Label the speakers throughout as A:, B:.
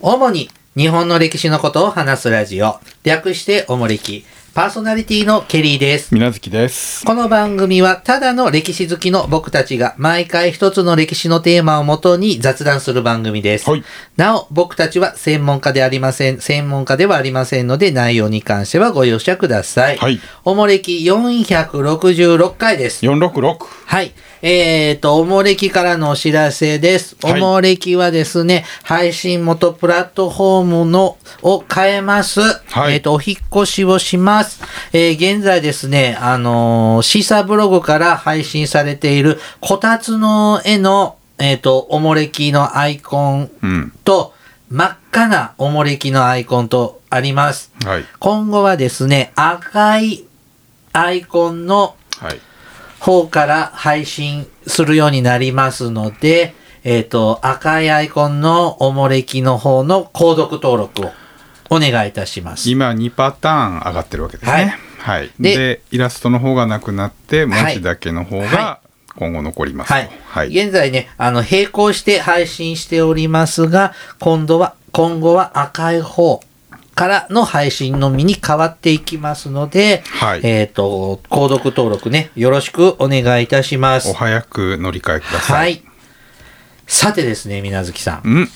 A: 主に日本の歴史のことを話すラジオ、略しておもれき、パーソナリティのケリーです。
B: 水無月です。
A: この番組はただの歴史好きの僕たちが毎回一つの歴史のテーマをもとに雑談する番組です。
B: はい
A: なお、僕たちは専門家でありません、専門家ではありませんので内容に関してはご容赦ください。
B: はい
A: おもれき466回です。
B: 四六六。
A: はい。えーと、おもれきからのお知らせです。お
B: はい
A: もれきはですね、配信元プラットフォームの、を変えます。
B: はい
A: えーと、お引っ越しをします。えー現在ですね、あのー、シーサーブログから配信されている、こたつの絵の、えーと、おもれきのアイコン
B: うん。
A: と、真っ赤なおもれきのアイコンとあります。
B: はい。
A: 今後はですね、赤いアイコンの
B: はい。
A: 方から配信するようになりますので、えっ、と、赤いアイコンのおもれきの方の購読登録をお願いいたします。
B: 今二パターン上がってるわけですね。はい。
A: で
B: でイラストの方がなくなって、文
A: はい
B: 字だけの方
A: は
B: が今後残りますと。
A: はい。現在ね、あの、並行して配信しておりますが、今度は、今後は赤い方からの配信のみに変わっていきますので、
B: はい
A: えっ、と、購読登録ね、よろしくお願いいたします。
B: お早く乗り換えくださ。
A: はいい。さてですね、みなずきさん。
B: うん。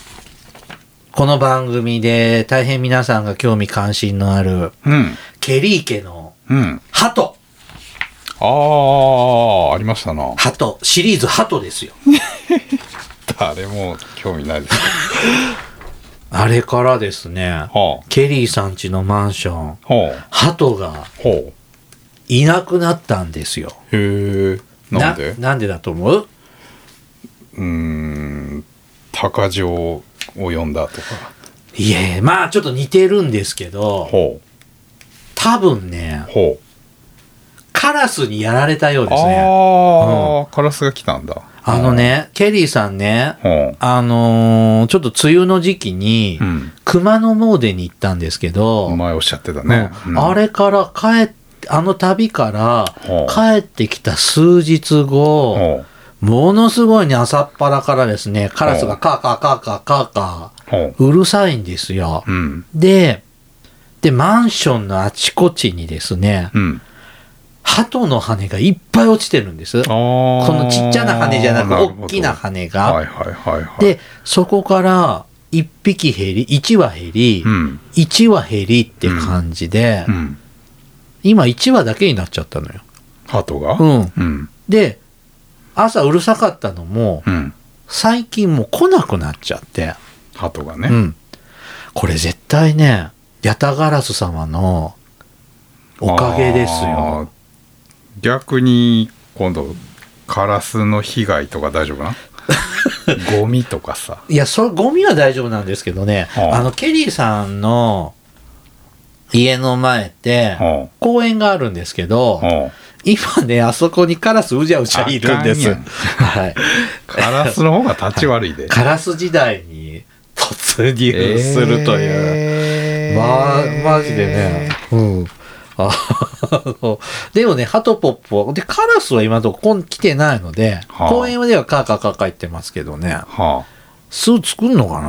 A: この番組で大変皆さんが興味関心のある
B: うん。
A: ケリー家の
B: うん。
A: 鳩、
B: ああ、ありましたな。
A: 鳩、シリーズ鳩ですよ。
B: 誰も興味ないです。
A: あれからですね、
B: はあ。
A: ケリーさん家のマンション、
B: ほう。
A: 鳩が
B: ほ
A: いなくなったんですよ。
B: う。へえ。なんで
A: なんでだと思う
B: うーん。鷹匠を呼んだとか。
A: いえ、まあちょっと似てるんですけど、
B: ほ
A: 多分ね
B: う。、ほう。
A: カラスにやられたようですね。
B: ああ、カラスが来たんだ。
A: あのね、ケリーさんね、
B: うん。
A: あのーちょっと梅雨の時期に、
B: うん。
A: 熊野詣に行ったんですけど、
B: お前おっしゃってたね。
A: うんあ
B: れ
A: れから帰っあの旅から
B: ほう
A: 帰ってきた数日後、
B: ほう
A: ものすごいね、朝っぱらからですね、カラスがカーカーカーカーカーカ
B: ほ
A: ー、うるさいんですよ
B: う。。うん。
A: で、で、マンションのあちこちにですね、
B: うん。
A: 鳩の羽がいっぱい落ちてるんです。こ
B: こ
A: のちっちゃな羽じゃなく、大きな羽
B: は
A: が
B: い。はいはいはい。、
A: で、そこから1匹減り、1羽減り
B: う、ん。
A: 1羽減りって感じで
B: う、ん。
A: 今1羽だけになっちゃったのよ。
B: 鳩が
A: うん。
B: うん。
A: で、朝うるさかったのも、
B: うん。
A: 最近もう来なくなっちゃって。
B: 鳩が
A: う
B: ね。
A: ん。これ絶対ね、ヤタガラス様のおかげですよ。
B: あー。逆に、今度、カラスの被害とか大丈 夫なゴミとかさ。
A: いや、それ、ゴミは大丈夫なんですけどね、
B: ああ
A: あの、ケリーさんの家の前って、
B: ほ
A: 公園があるんですけ
B: う
A: ど、
B: ほう
A: 今ね、あそこにカラスうじゃうじゃいるんで
B: あ
A: す。
B: かんやん
A: はい。
B: カラスの方が立ち悪いで。
A: カラス時代に突
B: え
A: 入
B: ー
A: するという。まあ、マジでね。。うん。あ でもね、ハトポップは、で、カラスは今のとここん来てないので、
B: はあ
A: 公園ではカーカーカーカー言ってますけどね、
B: はあ。
A: 巣作んのか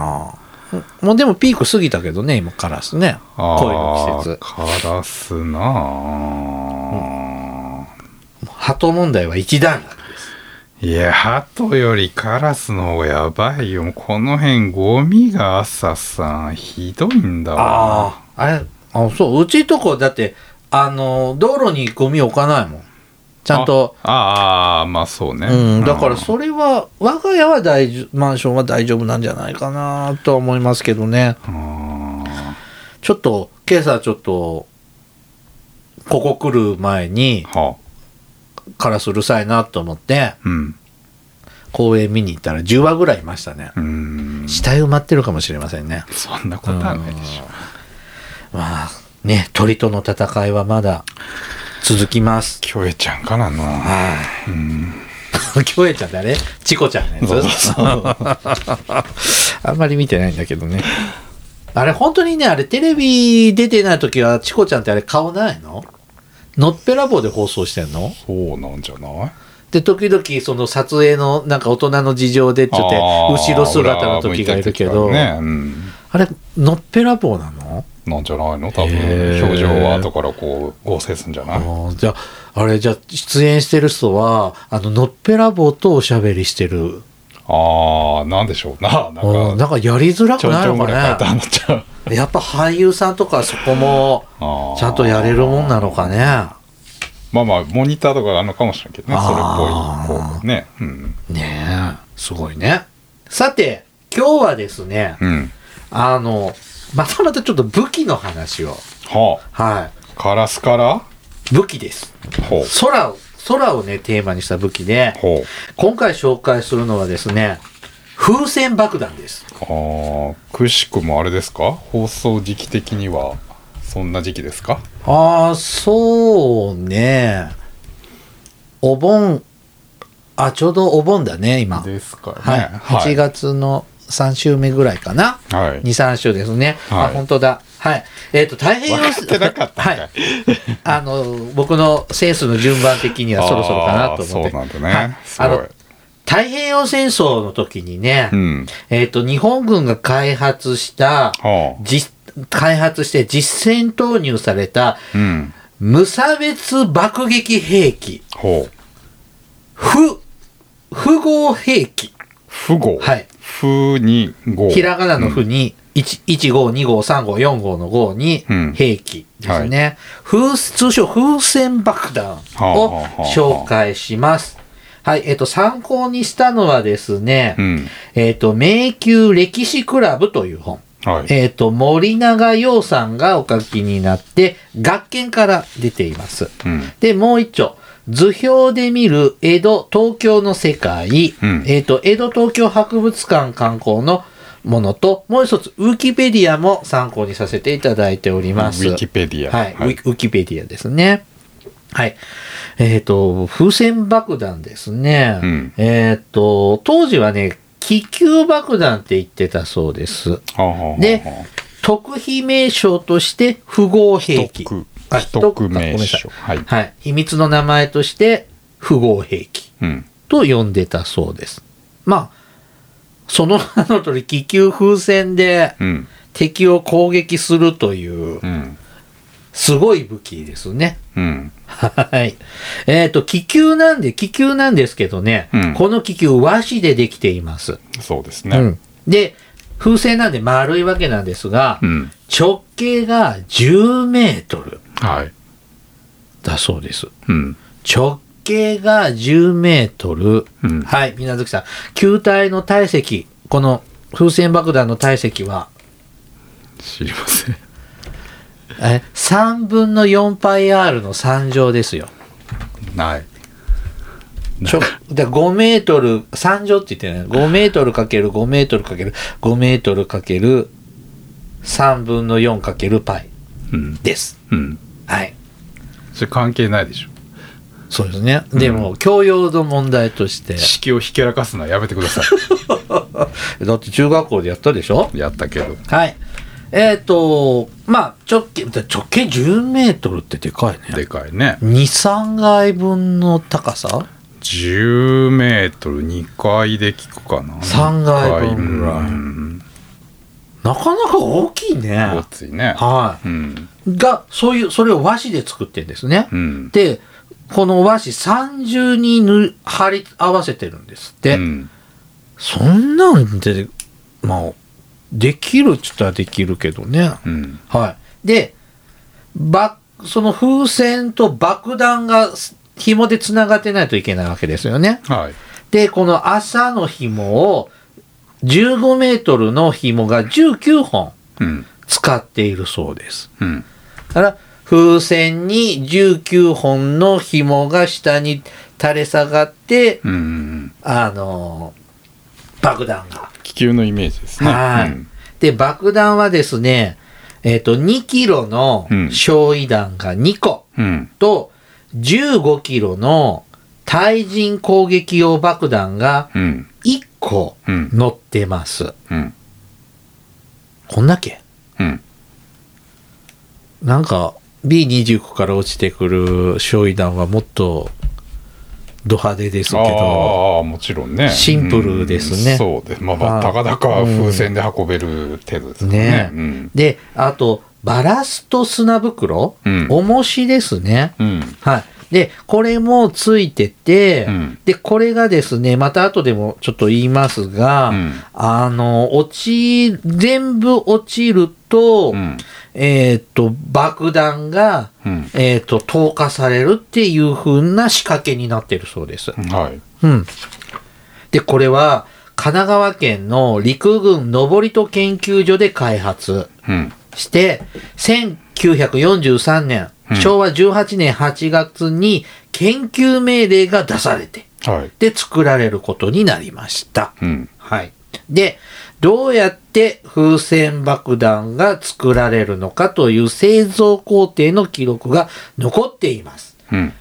A: なもうでもピーク過ぎたけどね、今カラスね。恋
B: あ
A: の季節。
B: ーカラスなあ、
A: ハト問題は一段落です。
B: いや鳩よりカラスの方がやばいよもうこの辺ゴミが朝さんひどいんだわ
A: ああ、あれ、あそう、うちとこだって、あの、道路にゴミ置かないもん。ちゃんと。
B: ああーまあそうね
A: うん、だから
B: う
A: それは、我が家は大丈夫、マンションは大丈夫なんじゃないかなとは思いますけどね。
B: あ
A: ちょっと、今朝ちょっと、ここ来る前に、
B: ーはあ
A: カラスうるさいなと思って、
B: うん
A: 公園見に行ったら10羽ぐらいいましたね。
B: うん
A: 死体埋まってるかもしれませんね。
B: そんなことはないでしょ
A: まあ、ね、鳥との戦いはまだ続きます。
B: キョエちゃんからな
A: はい。 京栄ちゃん誰チコちゃんのやつ
B: そうそう
A: あんまり見てないんだけどね。あれ、本当にね、あれ、テレビ出てない時は、チコちゃんってあれ、顔ないののっぺらぼうで放送してんの
B: そうなんじゃない
A: で、時々、その撮影の、なんか大人の事情でって言って、
B: あー
A: 後ろ姿の時がいるけど、
B: 裏向いてる時からね、うん
A: あれ、のっぺらぼうなの
B: なんじゃないの多分、
A: へー
B: 表情は後からこう合成するんじゃ
A: あ
B: ない
A: ーじゃあ、あれ、じゃあ、出演してる人は、あの、のっぺらぼうとおしゃべりしてる。
B: ああ、なんでしょうな。な
A: あー
B: ん
A: な
B: か、
A: んかやりづら
B: ち
A: く
B: ょん
A: な
B: ちょ
A: る
B: ん
A: の
B: ぐらい書いた
A: か
B: なっちゃう。
A: ね。やっぱ俳優さんとかそこも、
B: あー
A: ちゃんとやれるもんなのかね。
B: まあまあ、モニターとかがあるのかもしれんけどね、それ
A: あー
B: っぽい。こうね。うん。
A: ねえ、すごいね。
C: さて、今日はですね、
B: うん。
C: あの、またまたちょっと武器の話を。
B: は
C: は
B: あ、カラスから
C: い。武器です。
B: ほう。
C: 空を、空をね、テーマにした武器で、
B: ほう。
C: 今回紹介するのはですね、風船爆弾です。
B: ああ、くしくもあれですか放送時期的には、そんな時期ですか
A: ああ、そうね。お盆、あ、ちょうどお盆だね、今。
B: ですかね。
A: はい。
B: は
A: 8
B: い。
A: 月の3週目ぐらいかな。
B: は
A: 2、
B: い
A: 3週ですね。
B: はい
A: あ、本当だ。はい。えっ、と、太平洋
B: 笑ってなかったんかい
A: はい。あの、僕のセンスの順番的にはそろそろかなと思って。
B: あーそう
A: は
B: なんだ
A: い
B: ね。すご
A: あ
B: い。
A: の、太平洋戦争の時にね、
B: うん。
A: えっ、と、日本軍が開発した、
B: は
A: 実開発して実戦投入された
B: あ。うん。
A: 無差別爆撃兵器、
B: ほう。
A: 不、不合兵器。
B: 不合。
A: はい。
B: 不に合。
A: ひらがなの不に、1 1号、2号、3号、4号の号に
B: うん
A: 兵器ですね。風通称風船爆弾を紹介します。はい、えっと、参考にしたのはですね、
B: うん。
A: えっと、迷宮歴史クラブという本。
B: はい。
A: えっ、と、森永洋さんがお書きになって、学研から出ています。
B: うん。
A: で、もう一丁。図表で見る江戸、東京の世界。
B: うん
A: えっ、と、江戸東京博物館観光のものと、もう一つ、ウィキペディアも参考にさせていただいており
B: ウ
A: ます。
B: ィキペディア。
A: はい、ウィウィキペディアですね。はい。えっ、と、風船爆弾ですね。
B: うん
A: えっ、と、当時はね、気球爆弾って言ってたそうです。
B: はあはあはあ
A: で特秘名称として不合兵器。
B: 特
A: あ
B: 秘匿
A: 特
B: 名称
A: あごめんなさい
B: はい
A: はい。秘密の名前として不合兵器
B: うん。
A: と呼んでたそうです。まあ、その名の通り気球風船で
B: うん。
A: 敵を攻撃するという
B: うん。
A: すごい武器ですね。
B: うん。
A: はい。えっ、と、気球なんで、気球なんですけどね、
B: うん
A: この気球和紙でできています。
B: そうです
A: う
B: ね。
A: んで、風船なんで丸いわけなんですが、
B: うん。
A: 直径が10メートル
B: はい。
A: だそうです。
B: うん。
A: 直径が10メートル。
B: うん
A: はい、水無月さん。球体の体積、この風船爆弾の体積は、
B: 知りません。
A: え、3分の4パイ R の3乗ですよ。
B: ない。
A: ちょだ5メートル、3乗って言ってない。5メートルかける5メートルかける5メートルかける3分の4かけるパイ
B: うん。
A: です。
B: うん。
A: はい。
B: それ関係ないでしょ。
A: そうですね。でも、教養の問題として。
B: 式をひけらかすのはやめてくださ
A: だって中学校でやったでしょ
B: い。やったけど。
A: はい。えっ、と、まあ、直径、だ直径10メートルってでかいね。
B: でかいね。
A: 2、3階分の高さ
B: 10メートル2階で聞くかな。
A: 三階分ぐらい
B: うん
A: なかなか大きいね。
B: ごっついね。
A: は
B: うん。
A: い。が、そういう、それを和紙で作ってるんですね。
B: うん。
A: で、この和紙30にぬ貼り合わせてるんですって。
B: うん
A: そんなんで、まあ、できるっちったらできるけどね。
B: うん。
A: はい。で、ば、その風船と爆弾がす紐で繋がってないといけないわけですよね。
B: はい。
A: で、この朝の紐を、15メートルの紐が19本
B: うん。
A: 使っているそうです。
B: うん。
A: だから、風船に19本の紐が下に垂れ下がって、
B: うんうん。
A: あのー爆弾が。
B: 気球のイメージですね。
A: はい
B: うん
A: で、爆弾はですね、えっ、と、2キロの
B: うん
A: 焼夷弾が2個。
B: うん。
A: と15キロの対人攻撃用爆弾が
B: うん。
A: 1個
B: うん。
A: 乗ってます。
B: うん。
A: こんだけ
B: うん。
A: なんか B29 から落ちてくる焼夷弾はもっとド派手ですけど、
B: ああ、もちろんね。
A: シンプルですね
B: うんそうです。まあ、まあ、
A: あ
B: た
A: ー
B: かだか風船で運べる程度ですね
A: ね。
B: うん。
A: で、あと、バラスト砂袋、
B: うん
A: 重しですね。
B: うん。
A: はい。で、これもついてて、
B: うん
A: で、これがですね、また後でもちょっと言いますが、
B: うん
A: あの、落ち、全部落ちると、
B: うん
A: えーっと、爆弾が、
B: うん
A: えーっと、投下されるっていう風な仕掛けになってるそうです。
B: はい。
A: うん。で、これは、神奈川県の陸軍登戸研究所で開発。
B: うん。
A: して、1943年、
B: うん
A: 昭和18年8月に研究命令が出されて、
B: はい。
A: で、作られることになりました。
B: うん。
A: はい。で、どうやって風船爆弾が作られるのかという製造工程の記録が残っています。
B: うん。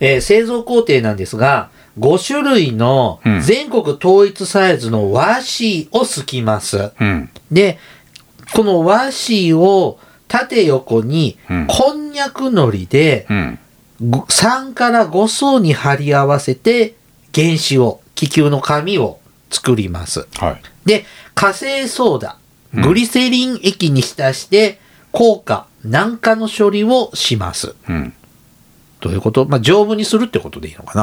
A: えー製造工程なんですが、5種類の
B: うん
A: 全国統一サイズの和紙をすきます。
B: うん。
A: で、この和紙を縦横に
B: うん、
A: こんにゃくのりで、
B: うん。
A: ご3から5層に貼り合わせて、原子を、気球の紙を作ります。
B: はい。
A: で、火星ソーダ、グリセリン液に浸して、硬化、軟化の処理をします。
B: うん。
A: どういうことまあ、丈夫にするってことでいいのか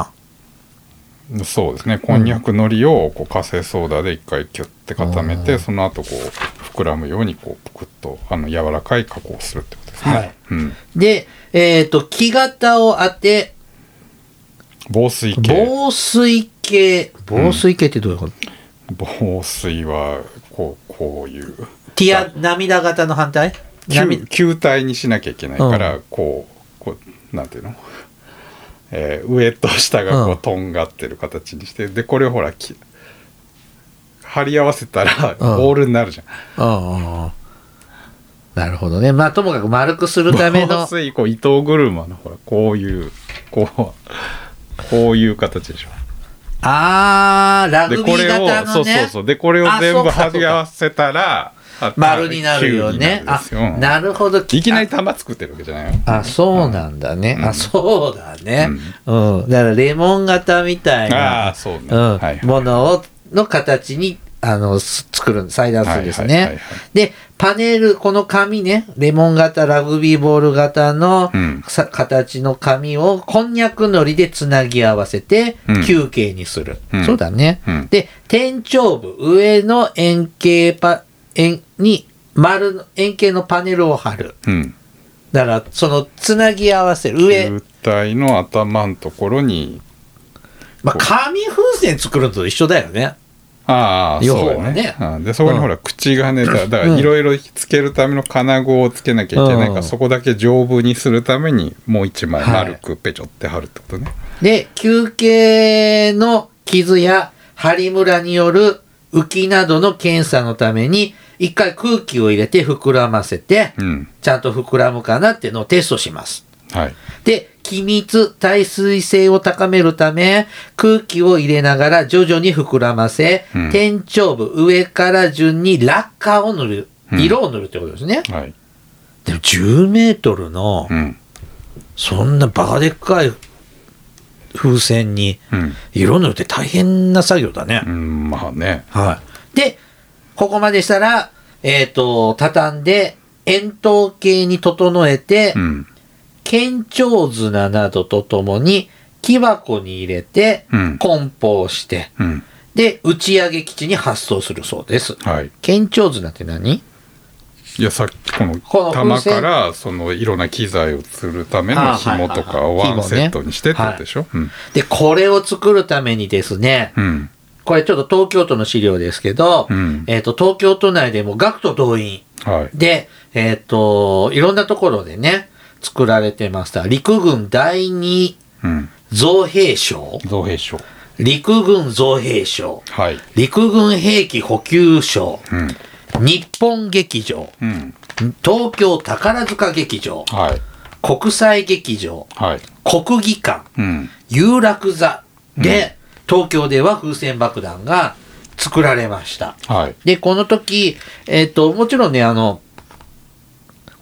A: な
B: そうですねこんにゃくのりをこう火星ソーダで一回キュッて固めて、その後こう膨らむようにこうぷくっとあの柔らかい加工をするってことですね、
A: はい
B: うん、
A: で、えっ、と、木型を当て、
B: 防水系
A: 防水系、防水系ってどういうこと、
B: 防水はこうこういう
D: ティア、涙型の反対
B: 球
D: 涙
B: 球体にしなきゃいけないから、こうこうなんていうの、えー上と下がこう、
A: うん
B: とんがってる形にしてでこれをほらき貼り合わせたら、
A: うん
B: ボールになるじゃん
A: ああ。なるほどね。まあ、ともかく丸くするための。
B: 薄いこう糸車のほらこういうこうこういう形でしょ
A: あー、ラ
B: で
A: グビ
B: こ
A: ー
B: れを、
A: 型
B: そう
A: の
B: そう
A: ね、
B: そうでこれを
A: あ
B: 全
A: そう
B: 部
A: かそう
B: 貼
A: か
B: り合わせたらあ
A: 丸になるよ
B: 球
A: ね
B: に。なるん
A: あ
B: ですようん、
A: なるほど。
B: いきなり玉作ってるわけじゃないよ
A: あ。あ、そうなんだね。
B: うん
A: あ、そうだね。うん。だから、レモン型みたい
B: ああ
A: な、
B: そうね、
A: う
B: は
A: ん
B: いはい
A: ものを、の形に、あの、す作る、裁断するんです
B: はいはいはい
A: ね
B: はい。
A: で、パネル、この紙ね、レモン型、ラグビーボール型の、
B: うん
A: さ形の紙をこんにゃくのりでつなぎ合わせて
B: うん
A: 球形にする、
B: うん
A: そうだね、
B: うん
A: で天頂部上の円形パ円に丸の円形のパネルを貼る
B: うん
A: だからそのつなぎ合わせる上、
B: 球体の頭のところに
A: まあ、紙風船作るのと一緒だよね
B: ああ
A: 要
B: そう
A: は
B: だ
A: ね
B: ねああでそこにほら、口がねだだからいろいろつけるための金具をつけなきゃいけないか
A: う
B: ら、
A: ん
B: そこだけ丈夫にするためにもう一枚
A: はい
B: 丸くペチョって貼るってことね、
A: で球形の傷や張りムラによる浮きなどの検査のために一回空気を入れて膨らませて、
B: うん
A: ちゃんと膨らむかなっていうのをテストします。
B: はい
A: で、気密、耐水性を高めるため、空気を入れながら徐々に膨らませ、
B: うん
A: 天頂部、上から順にラッカーを塗る。
B: うん
A: 色を塗るってことですね。
B: はい
A: でも10メートルの
B: う、ん
A: そんなバカでっかい風船に
B: うん、
A: 色塗るって大変な作業だね
B: う。ん、まあね
A: はい。で、ここまでしたら、えっ、と、畳んで、円筒形に整えて、
B: うん
A: 県庁綱などとともに木箱に入れて
B: うん
A: 梱包して、
B: うん
A: で打ち上げ基地に発送するそうです
B: はい
A: 県庁綱って何
B: いやさっきこの
A: この
B: 玉
A: 風船
B: からそのいろんな機材を釣るため
A: あ
B: の
A: ーはい
B: 紐
A: はい
B: とかを
A: はい
B: ワン
A: 紐
B: セ
A: ね
B: ットにしてってことでしょ、
A: でこれを作るためにですね
B: うんうん
A: これちょっと東京都の資料ですけど、
B: うん
A: えっと東京都内でも学徒動員
B: はい
A: で、えっといろんなところでね作られてました陸軍第二
B: うん
A: 造兵省
B: 造兵省
A: 陸軍造兵省
B: はい
A: 陸軍兵器補給省
B: うん
A: 日本劇場、
B: うん
A: 東京宝塚劇場、
B: はい
A: 国際劇場、
B: はい
A: 国技館、
B: うん
A: 有楽座で、東京では風船爆弾が作られました。
B: はい
A: で、この時、えっ、と、もちろんね、あの、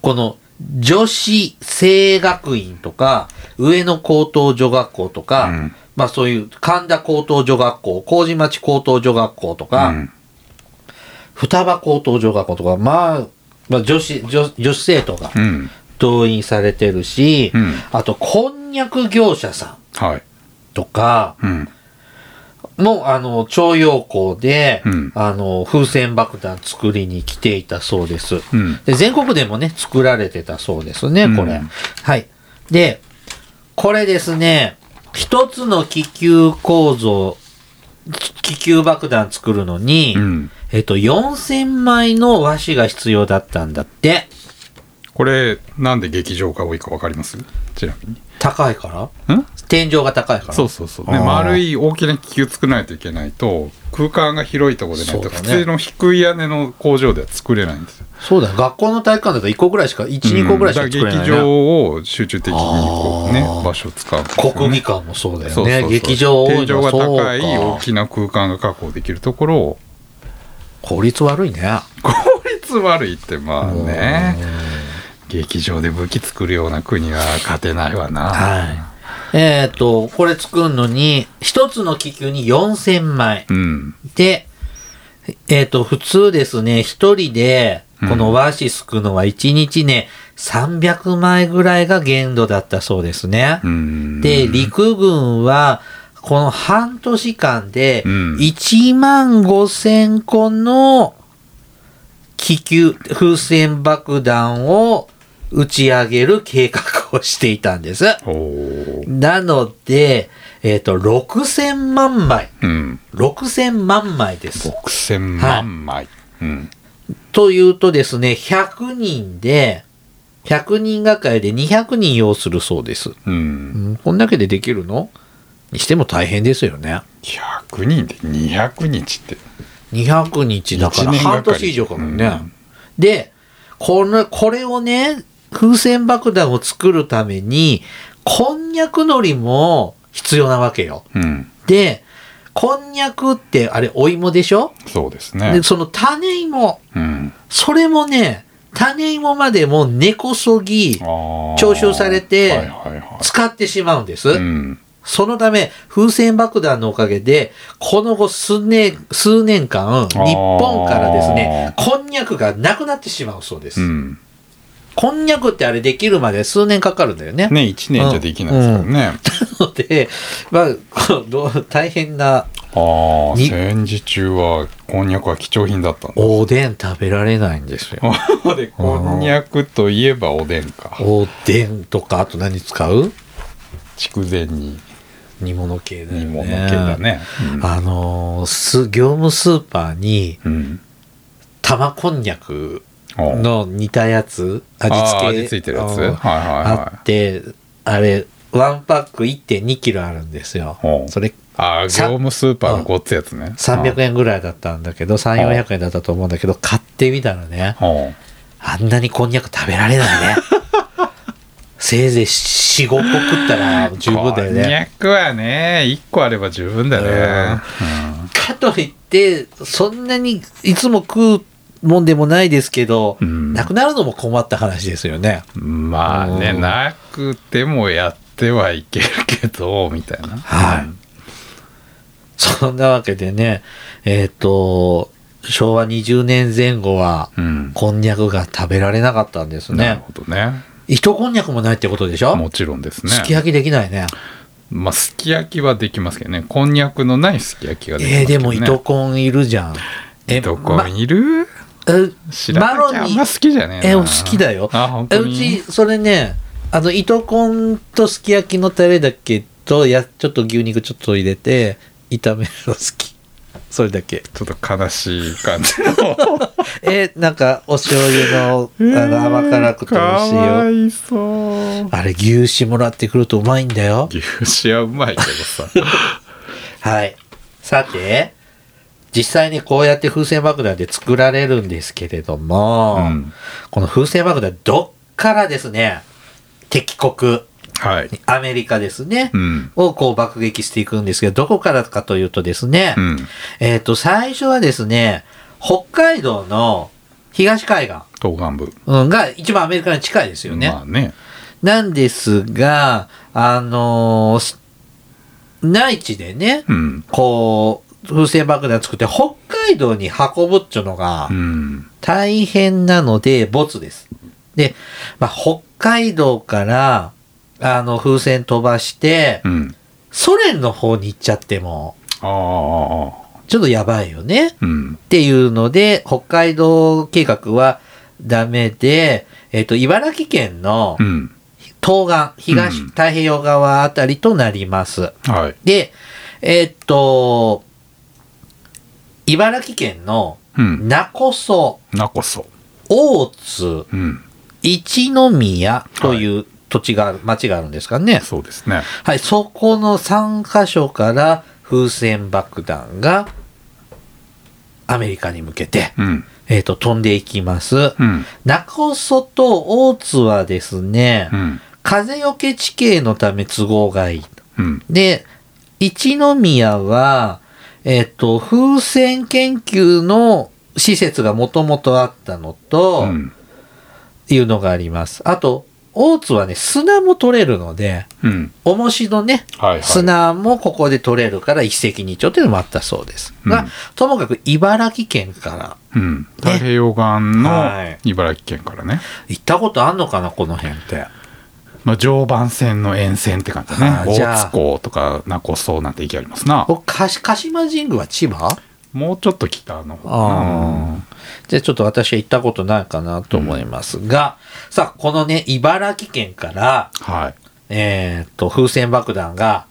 A: この、女子聖学院とか、上野高等女学校とか、
B: うん
A: まあそういう神田高等女学校、麹町高等女学校とか、
B: うん
A: 双葉高等女学校とか、まあ、まあ女子、女女子生徒が
B: うん
A: 動員されてるし、
B: うん
A: あと、こんにゃく業者さん
B: はい
A: とか、
B: うん
A: もう、あの、徴用工で、
B: うん
A: あの、風船爆弾作りに来ていたそうです。
B: うん
A: で全国でもね、作られてたそうですね、これ。
B: うん
A: はい。で、これですね、一つの気球構造、気気球爆弾作るのに、
B: うん
A: えっと、4000枚の和紙が必要だったんだって。
B: これなんで劇場が多いかわかりますちなみに
A: 高いから
B: ん
A: 天井が高いから。
B: そうそうそう、ね、
A: あー
B: 丸い大きな気球作らないといけないと空間が広いところでない
A: そ
B: と
A: うだ
B: 普
A: ね
B: 通の低い屋根の工場では作れないんですよ。
A: そうだよ。学校の体育館だと1個ぐらいしか、1、2個ぐらいしか
B: うん
A: 作
B: だ
A: れ
B: から
A: ない、ね。
B: 劇場を集中的にこうね
A: あー
B: 場所を使うんですよね
A: 国技館もそうだよ
B: そうそう
A: ね。
B: そう
A: 劇場多い
B: 天
A: の
B: 井
A: は
B: が
A: そう
B: 高い大
A: か。
B: きな空間が確保できるところを
A: 効率悪いね。
B: 効率悪いってまあね劇場で武器作るような国は勝てないわな。
A: はい。えっ、と、これ作るのに、一つの気球に4000枚。
B: うん
A: で、えっ、と、普通ですね、一人で、この和紙すくのは1日ね、300枚ぐらいが限度だったそうですね。
B: うん
A: で、陸軍は、この半年間で、
B: うん
A: 1万5千個の気球、風船爆弾を打ち上げる計画をしていたんです。
B: おー
A: なので、えっ、と、6000万枚。
B: うん
A: 6000万枚です。
B: 6000万枚、うん
A: というとですね、100人で、100人がかりで200人要するそうです。
B: うん
A: うん、こんだけでできるのにしても大変ですよね。
B: 100人で200日って
A: 200日だから
B: 一年がか
A: 半
B: り
A: 年以上かもね。
B: うん
A: で、この、これをね、風船爆弾を作るために、こんにゃくのりも必要なわけよ。
B: うん
A: で、こんにゃくって、あれ、お芋でしょ
B: そうですね
A: で、その種芋、
B: うん
A: それもね、種芋までも根こそぎ
B: あー
A: 徴収されて
B: はいはいは
A: 使ってしまうんです。
B: いうん
A: そのため、風船爆弾のおかげで、この後数年、数年間、日本からですね、こんにゃくがなくなってしまうそうです。
B: うん
A: こんにゃくってあれできるまで数年かかるんだよね。
B: ね1年じゃできないですからね、
A: なの で、まあ こうどう、大変な
B: ああ
A: に
B: 戦時中はこんにゃくは貴重品だったんだ
A: おでん食べられないんですよ。
B: でこんにゃくといえばおでんか
A: おでんとか、あと何使う
B: 筑前煮
A: 煮物系だよね。
B: 煮物系だ。ね
A: あのーす、業務スーパーに、
B: うん、うん
A: 玉こんにゃく
B: あー
A: の似たやつ、味付
B: あ
A: け。
B: ー味付いてるやつ
A: う
B: はいはい
A: んあ
B: は
A: っ
B: い
A: て、あれ、ワンパック1.2キロあるんですよ
B: お。う
A: それ
B: ああ業
A: さ
B: 務スーパーのごっつやつね
A: 300
B: 円
A: 円ぐらいだったんだけど、3、400円だったと思うんだけど、買ってみたらね、
B: おう
A: あんなにこんにゃく食べられ ないね。せいぜい4、5個食ったら十分だよ
B: こんに
A: ね。
B: ゃくはね1個あれば十分だね、
A: かといって、そんなにいつも食うもんでもないですけど、
B: うん
A: なくなるのも困った話ですよね。
B: うんまあね
A: うん
B: なくてもやってはいけるけどみたいな
A: はいそんなわけでね、えっ、と、昭和20年前後は、
B: うん、
A: こんにゃくが食べられなかったんです
B: なる
A: ね。
B: ほどね
A: 糸こんにゃくもないってことでしょ、
B: もちろんですね
A: すき焼きできないね。
B: まあ、すき焼きはできますけどね。こんにゃくのないすき焼きができます
A: えー、
B: け
A: で
B: ど、
A: も
B: ね。
A: 糸こんいるじゃん。え
B: どこにいる、
A: まえ
B: 知
A: マ
B: らな
A: ロ
B: きゃあん
A: に
B: ま、好きじゃね
A: え、
B: えな。
A: 好きだよ。
B: あ、本
A: え
B: 当
A: うち、
B: に。
A: それね、あの、糸こんとすき焼きのタレだけと、や、ちょっと牛肉ちょっと入れて、炒めるの好き。 それだけ。
B: ちょっと悲しい感じ の。
A: え、なんか、お醤油の、あの、甘辛くて美味しい
B: かわ
A: よ。
B: いそう。
A: あれ、牛脂もらってくるとうまいんだよ。
B: 牛脂はうまいけどさ。
A: はい。さて、実際にこうやって風船爆弾で作られるんですけれども、
B: うん
A: この風船爆弾、どっからですね、敵国、
B: はい。
A: アメリカですね、
B: うん。
A: をこう爆撃していくんですけど、どこからかというとですね、
B: うん。
A: えっ、と、最初はですね、北海道の東海岸
B: 東岸部。
A: うんが一番アメリカに近いですよね。
B: まあね。
A: なんですが、あのーし内地でね、
B: うん。
A: こう、風船爆弾作って北海道に運ぶっちゅうのが
B: うん。
A: 大変なので、没です。で、まあ、北海道から、あの、風船飛ばして、
B: うん。
A: ソ連の方に行っちゃっても、
B: ああああ。
A: ちょっとやばいよね。
B: うん
A: っ。ていうので、北海道計画はダメで、えっ、と、茨城県の
B: うん。
A: 東岸、東、
B: うん
A: 太平洋側あたりとなります。
B: はい。
A: で、えっと、茨城県の
B: うん。
A: 勿来、
B: なこそ。
A: 大津、
B: うん。
A: 一宮という土地がある、町があるんですかね。
B: そうですね。
A: はい、そこの3カ所から風船爆弾がアメリカに向けて、
B: うん。
A: えっと、飛んでいきます。
B: うん。
A: 中曽と大津はですね、
B: うん。
A: 風よけ地形のため都合がいい。
B: うん。
A: で、一宮は、えっと、風船研究の施設がもともとあったのと、
B: うん。
A: いうのがあります。あと、大津はね、砂も取れるので、
B: うん。
A: 重しのね、
B: はいはい。
A: 砂もここで取れるから一石二鳥というのもあったそうです。が、
B: うん
A: ともかく茨城県から、
B: うん。太平洋岸
A: は
B: の
A: い
B: 茨城県からね。
A: 行ったことあんのかな、この辺って。
B: まあ、常磐線の沿線って感じ
A: あ
B: だ
A: ー
B: ね。
A: じゃあ
B: 大津港とか名古層なんて行きありますな。
A: おかし鹿島神宮は千葉
B: もうちょっと北の方
A: ああ。じゃあちょっと私は行ったことないかなと思いますが、さあ、このね、茨城県から、
B: あ。はい。
A: えーっと、風船爆弾が、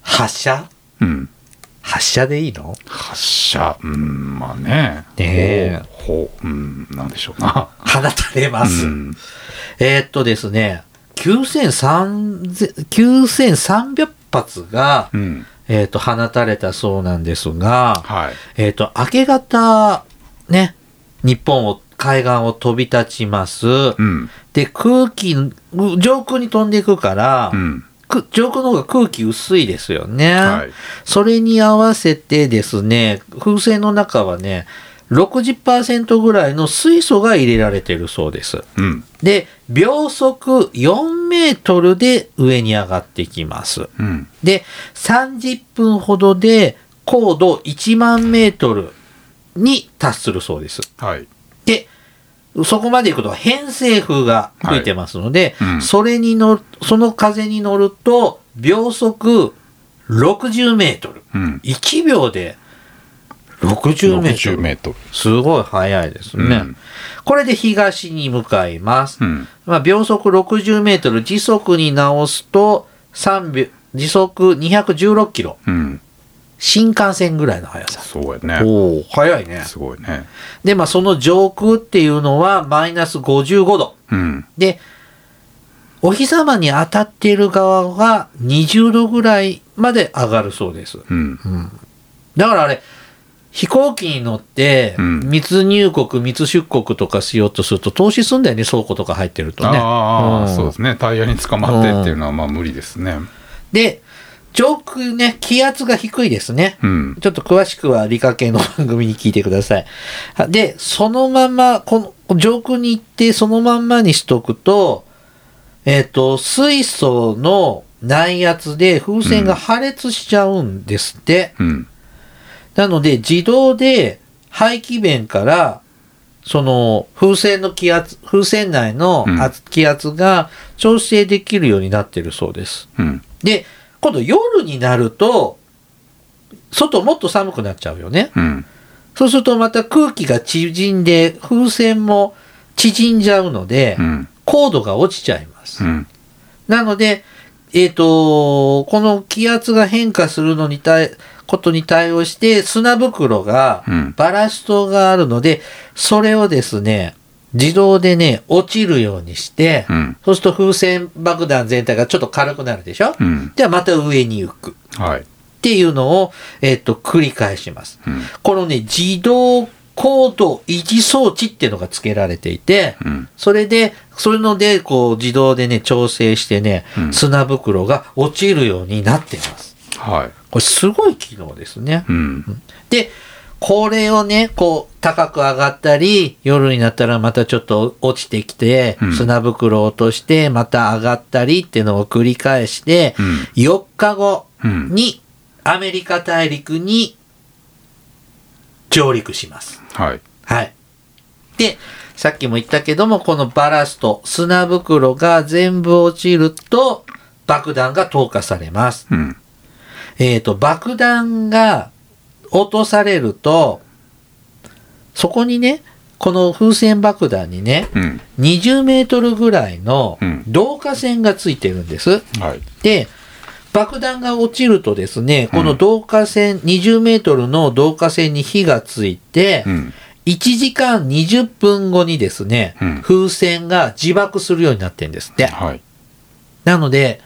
A: 発射
B: うん。
A: 発射でいいの
B: 発射。うん、まあね。
A: ねえ
B: ほう、ほう、うん、なんでしょうな。
A: 放たれます。
B: うん。
A: えーっとですね、9300 9300発が、
B: うん。
A: えーっと、放たれたそうなんですが、
B: はい。
A: えーっと、明け方、ね、日本を、海岸を飛び立ちます。
B: うん。
A: で、空気、上空に飛んでいくから、
B: うん。
A: く上空の方が空気薄いですよね。
B: はい。
A: それに合わせてですね、風船の中はね、60%ぐらいの水素が入れられてるそうです。
B: うん。
A: で、秒速4メートルで上に上がってきます。
B: うん。
A: で、30分ほどで高度1万メートルに達するそうです。
B: はい。
A: で、そこまで行くと偏西風が吹いてますので、
B: はいうん
A: それに乗る、その風に乗ると、秒速60メートル。
B: うん。
A: 1秒で60メート
B: 60
A: ル。
B: メートル。
A: すごい速いですね。
B: うん
A: これで東に向かいます。
B: うん。
A: まあ、秒速60メートル、時速に直すと、3秒、時速216キロ。
B: うん。
A: 新幹線ぐらいの速さ。
B: そうやね。
A: おお、速いね
B: すごいね。
A: で、まあ、その上空っていうのはマイナス55度。
B: うん。
A: で、お日様に当たっている側が20度ぐらいまで上がるそうです。
B: うん。
A: だからあれ、飛行機に乗って
B: うん、
A: 密入国、密出国とかしようとすると、投資すんだよね、倉庫とか入ってるとね。
B: あ
A: う
B: あ、
A: ん
B: そうですね。タイヤに捕まってっていうのはまあ無理ですね。
A: で、上空ね、気圧が低いですね。
B: うん。
A: ちょっと詳しくは理科系の番組に聞いてください。で、そのまま、この、上空に行ってそのまんまにしとくと、えっ、と、水素の内圧で風船が破裂しちゃうんですって。
B: うん。
A: なので、自動で排気弁から、その、風船の気圧、風船内の圧気圧が調整できるようになってるそうです。
B: うん。
A: で、今度夜になると、外もっと寒くなっちゃうよね。
B: うん。
A: そうするとまた空気が縮んで、風船も縮んじゃうので、
B: うん。
A: 高度が落ちちゃいます。
B: うん。
A: なので、えっ、と、この気圧が変化するのに対、ことに対応して、砂袋が
B: うん、
A: バラストがあるので、それをですね、自動でね、落ちるようにして、
B: うん
A: そうすると風船爆弾全体がちょっと軽くなるでしょ、
B: うん。
A: ではまた上に行くっ
B: はい。
A: ていうのを、えっと繰り返します。
B: うん。
A: このね、自動高度維持装置っていうのが付けられていて、
B: うん。
A: それで、それので、こう自動でね、調整してね、
B: うん
A: 砂袋が落ちるようになっています。
B: はい。
A: これすごい機能ですね。
B: うん。
A: で、これをね、こう、高く上がったり、夜になったらまたちょっと落ちてきて
B: う、ん
A: 砂袋を落として、また上がったりっていうのを繰り返して、
B: うん
A: 4日後、
B: うん。
A: に、アメリカ大陸に上陸します。
B: はい。
A: はい。で、さっきも言ったけども、このバラスト、砂袋が全部落ちると、爆弾が投下されます。
B: うん。
A: えっ、と、爆弾が落とされると、そこにね、この風船爆弾にね、
B: うん。
A: 20メートルぐらいの
B: うん
A: 導火線がついてるんです。
B: はい。
A: で、爆弾が落ちるとですね、この導火線、20メートルの導火線に火がついて、
B: うん。
A: 1時間20分後にですね、
B: うん
A: 風船が自爆するようになってるんですって。
B: はい。
A: なので、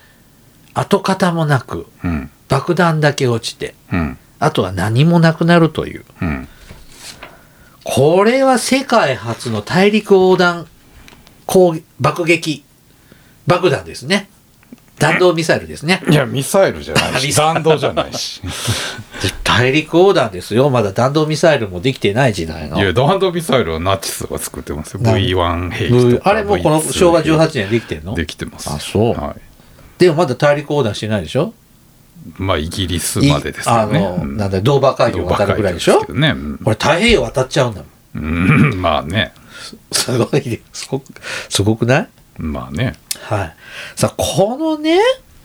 A: 跡形もなく、
B: うん。
A: 爆弾だけ落ちて、
B: うん。
A: あとは何もなくなるという。
B: うん。
A: これは世界初の大陸横断攻撃爆撃爆弾ですね。弾道ミサイルですね。
B: いや、ミサイルじゃない
A: ミ
B: し、
A: サイル
B: 弾道じゃない し。
A: 大陸横断ですよ。まだ弾道ミサイルもできてない時代の
B: い。や、弾道ミサイルはナチスが作ってますよ。
A: な
B: V1 兵器
A: う
B: と
A: ん
B: か。
A: あれもうこの
B: V2
A: 昭和18年できてんの
B: できてます。
A: あそう
B: はい。
A: でもまだ大陸横断してないでしょ
B: まあ、イギリスまでですよね。
A: いあの、
B: うん
A: なんだ、ドーバー海峡渡るぐらいでしょ
B: ドーバー海峡ですけどね
A: これ太平洋渡っちゃうんだもん。
B: うんうん まあね。
A: すごいね、すごく、すごくない
B: まあね。
A: はい。さあ、このね、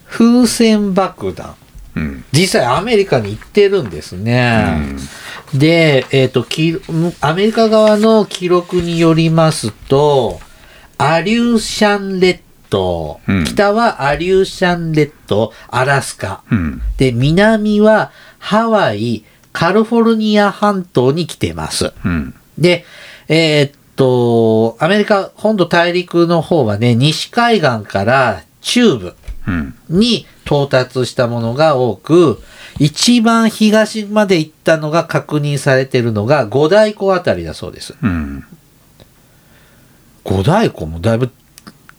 A: 風船爆弾。
B: うん。
A: 実際アメリカに行ってるんですね。で、えっ、とき、アメリカ側の記録によりますと、アリューシャン列島、
B: うん
A: 北はアリューシャン列島、アラスカ。
B: うん。
A: で、南はハワイ、カリフォルニア半島に来てます。
B: うん。
A: で、えーっと、アメリカ本土大陸の方はね、西海岸から中部
B: うん。
A: に到達したものが多く、一番東まで行ったのが確認されているのが五大湖あたりだそうです。
B: うん。
A: 五大湖もだいぶ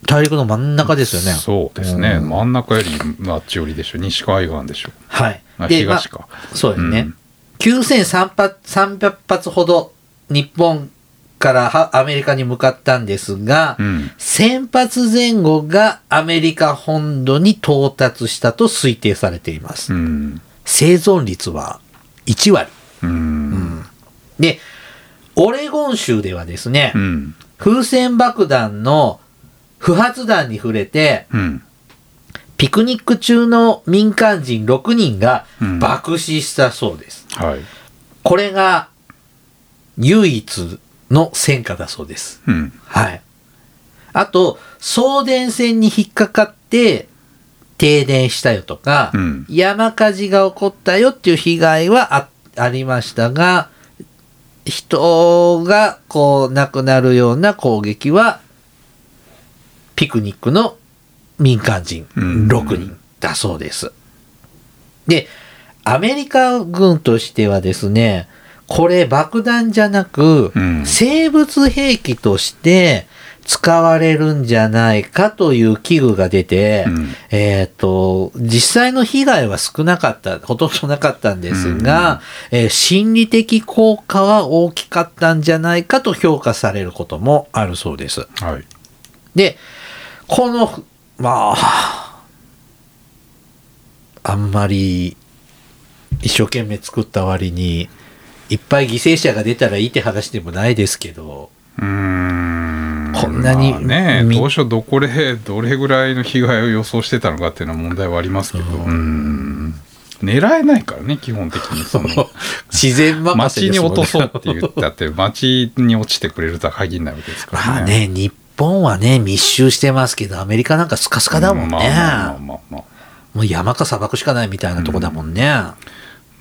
A: 大陸の真ん中ですよね。
B: そうですね、
A: うん
B: 真ん中よりあっち寄りでしょ西海岸でしょ
A: はい
B: あ。
A: で
B: 東か、
A: まあそうですね。
B: うん
A: 9300発 ,300 発ほど日本からはアメリカに向かったんですが、
B: うん
A: 1000発前後がアメリカ本土に到達したと推定されています。
B: うん
A: 生存率は1割。
B: うん
A: で、オレゴン州ではですね、
B: うん
A: 風船爆弾の不発弾に触れて、
B: うん
A: ピクニック中の民間人6人が
B: うん
A: 爆死したそうです。
B: はい
A: これが唯一の戦果だそうです。
B: うん
A: はい。あと、送電線に引っかかって停電したよとか、
B: うん
A: 山火事が起こったよっていう被害はあありましたが、人がこう亡くなるような攻撃は、ピクニックの民間人
B: うん
A: 6人だそうです。で、アメリカ軍としてはですね、これ爆弾じゃなく、
B: うん
A: 生物兵器として使われるんじゃないかという危惧が出て、
B: うん
A: えっ、と、実際の被害は少なかった、ほとんどなかったんですが、えー心理的効果は大きかったんじゃないかと評価されることもあるそうです。
B: はい
A: で、この、まあ、あんまり一生懸命作った割に、いっぱい犠牲者が出たらいいって話でもないですけど、
B: うーん
A: こんなに
B: まあね
A: み
B: 当初どこでどれぐらいの被害を予想してたのかっていうのは問題はありますけど
A: うん
B: うん狙えないからね基本的にその
A: 自然 任せ
B: 街
A: で
B: に
A: すもん
B: 落とそうって言ったって街に落ちてくれるとは限らないわけですから
A: まあ
B: ね
A: ね、日本はね、密集してますけど、アメリカなんかスカスカだもんね。
B: まあまあまあまあまあ
A: もう山か砂漠しかないみたいなとこだもんね。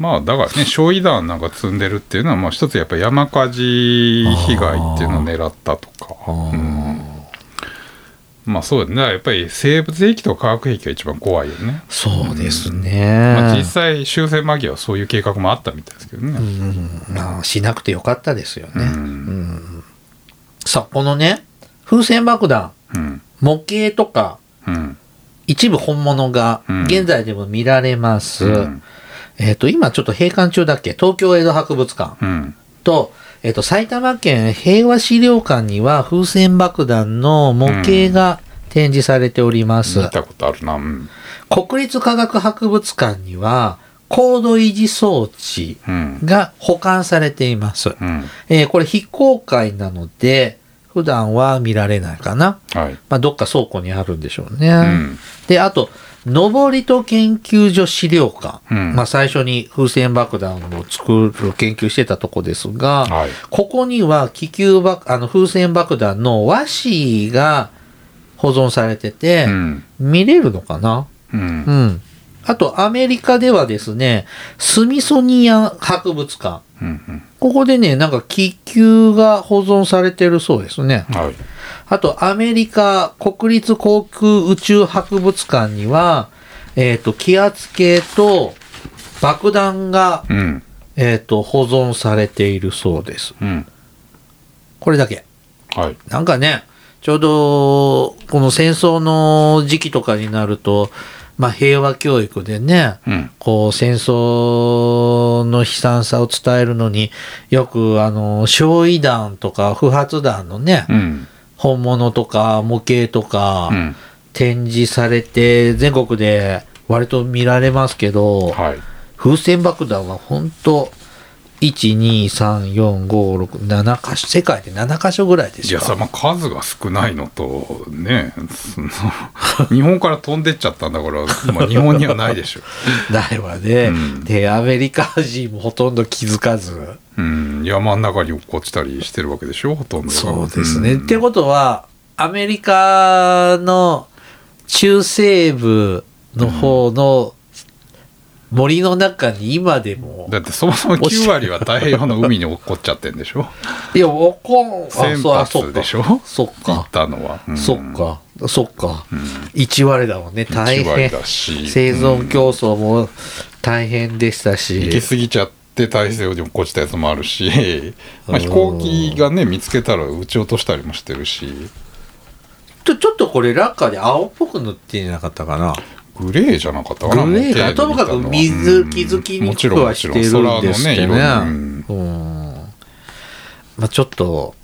B: まあだからね焼夷弾なんか積んでるっていうのはまあ一つやっぱ山火事被害っていうのを狙ったとか、うんまあそうだねだからやっぱり生物兵器と化学兵器が一番怖いよね、
A: そうですね。
B: まあ、実際終戦間際はそういう計画もあったみたいですけどね、
A: うんまあ、しなくてよかったですよね。
B: うん
A: うんさあ、このね、風船爆弾、
B: うん
A: 模型とか、
B: うん
A: 一部本物が
B: うん
A: 現在でも見られます。
B: うん
A: えっ、と、今ちょっと閉館中だっけ東京江戸博物館
B: うん
A: と、えっ、と、埼玉県平和資料館には風船爆弾の模型が展示されております
B: 見。たことあるな。うん。
A: 国立科学博物館には、高度維持装置
B: うん。
A: が保管されています。
B: うん。
A: えーこれ非公開なので、普段は見られないかな。
B: はい。
A: まあ、どっか倉庫にあるんでしょうね。
B: ん
A: で、あと、登りと研究所資料館。
B: うん
A: まあ、最初に風船爆弾を作る研究してたとこですが、
B: はい
A: ここには気球爆、あの、風船爆弾の和紙が保存されてて、
B: うん。
A: 見れるのかな
B: うん
A: う。ん。あと、アメリカではですね、スミソニア博物館。
B: うん。
A: ここでね、なんか気球が保存されてるそうですね。
B: うんはい。
A: あと、アメリカ国立航空宇宙博物館には、えっ、と、気圧計と爆弾が、
B: うん。
A: えっ、と、保存されているそうです。
B: うん。
A: これだけ。
B: はい。
A: なんかね、ちょうど、この戦争の時期とかになると、まあ、平和教育でね、
B: うん。
A: こう戦争の悲惨さを伝えるのによくあの焼夷弾とか不発弾のね、
B: うん。
A: 本物とか模型とか
B: うん。
A: 展示されて全国で割と見られますけど、
B: はい。
A: 風船爆弾は本当1,2,3,4,5,6,7箇所世界で7箇所ぐらいで
B: い
A: す
B: やさ、
A: か
B: まあ、数が少ないのと、ね、その日本から飛んでっちゃったんだから、まあ、日本にはないでしょ。
A: ないわね、
B: うん
A: でアメリカ人もほとんど気づかず
B: うん、山の中に落っこちたりしてるわけでしょ、ほとんどが。
A: そうですね。
B: ん
A: ってことは、アメリカの中西部の方の森の中に今でも、
B: だってそもそも9割は太平洋の海に落っこっちゃってんで しょ
A: いや、わかん、あ
B: 先
A: そうあそ
B: 発
A: っか
B: でしょ
A: そっ
B: 行っ
A: か。
B: たのは、うん
A: そっか。そっか。1割だもんね。大
B: 1割
A: 変。
B: だし
A: 生存競争も大変でしたし。
B: 行き過ぎちゃって大西洋に落っこちたやつもあるし、まあ、飛行機がね見つけたら撃ち落としたりもしてるし
A: ちょちょっとこれ、ラッカーで青っぽく塗ってなかったかな。
B: グレーじゃなかったかな
A: グレーが
B: もうテレビ
A: と
B: 見
A: も
B: た
A: か
B: のは
A: く水
B: うん
A: 気づきに
B: もち
A: く
B: ろん
A: は
B: もち
A: し
B: ろ
A: て
B: ん
A: るんですけどね
B: 空のね
A: う
B: 色
A: んまあちょっと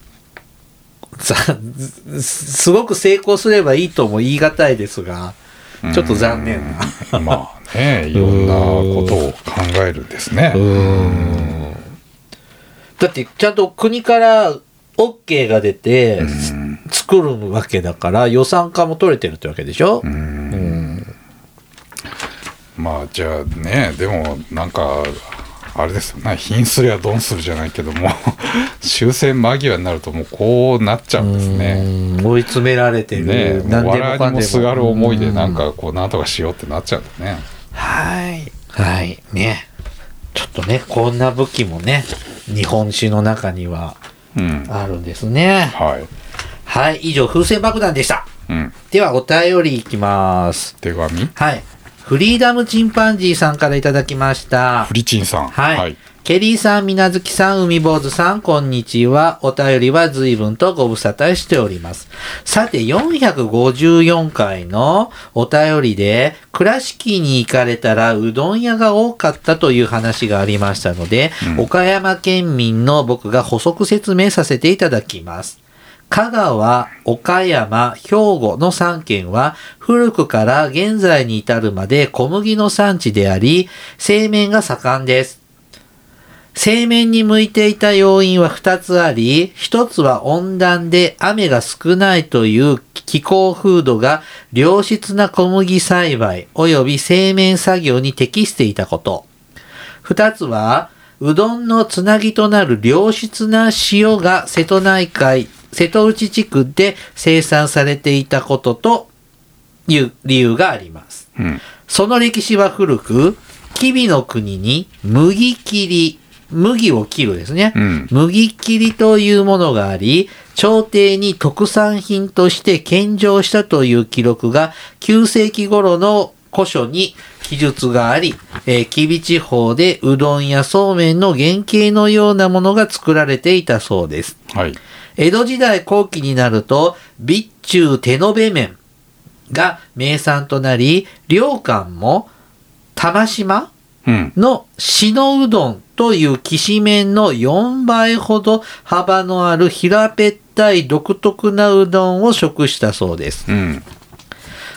A: ざすすごく成功すればいいとも言い難いですが
B: 々
A: ちょっと残念な
B: うんまあねいろんなことを考えるんですね
A: うんだってちゃんと国から OK が出て
B: うん
A: 作るわけだから予算化も取れてるってわけでしょ
B: うん
A: うん
B: まあじゃあねでもなんかあれですよね貧すりゃどんするじゃないけども 終戦間際になるともうこうなっちゃうんですね。
A: うん追い詰められてる、
B: ねえ、
A: 何
B: もう
A: でも
B: 笑
A: か
B: い
A: んでも
B: にもすがる思いでなんかこうなんとかしようってなっちゃうんだね。
A: はい。はい。ね。ちょっとね、こんな武器もね、日本史の中には
B: うん。
A: あるんですね。
B: はい。
A: はい。以上、風船爆弾でした。
B: うん。
A: では、お便りいきます。
B: 手紙
A: はい。フリーダムチンパンジーさんからいただきました
B: フ。リチンさん。
A: はい。ケリーさん、みなずきさん、海坊主さん、こんにちは。お便りは随分とご無沙汰しております。さて、454回のお便りで、倉敷に行かれたらうどん屋が多かったという話がありましたので、岡山県民の僕が補足説明させていただきます。香川、岡山、兵庫の3県は古くから現在に至るまで小麦の産地であり、製麺が盛んです。製麺に向いていた要因は2つあり、1つは温暖で雨が少ないという気候風土が良質な小麦栽培及び製麺作業に適していたこと。2つは、うどんのつなぎとなる良質な塩が瀬戸内海、瀬戸内地区で生産されていたことという理由があります。
B: うん。
A: その歴史は古く、吉備の国に麦切り、麦を切るですね。
B: うん
A: 麦切りというものがあり、朝廷に特産品として献上したという記録が9世紀頃の古書に記述があり、えー、吉備地方でうどんやそうめんの原型のようなものが作られていたそうです。
B: はい。
A: 江戸時代後期になると、備中手延麺が名産となり、両館も玉島
B: うん。
A: の篠うどんというきしめんの4倍ほど幅のある平べったい独特なうどんを食したそうです。
B: うん。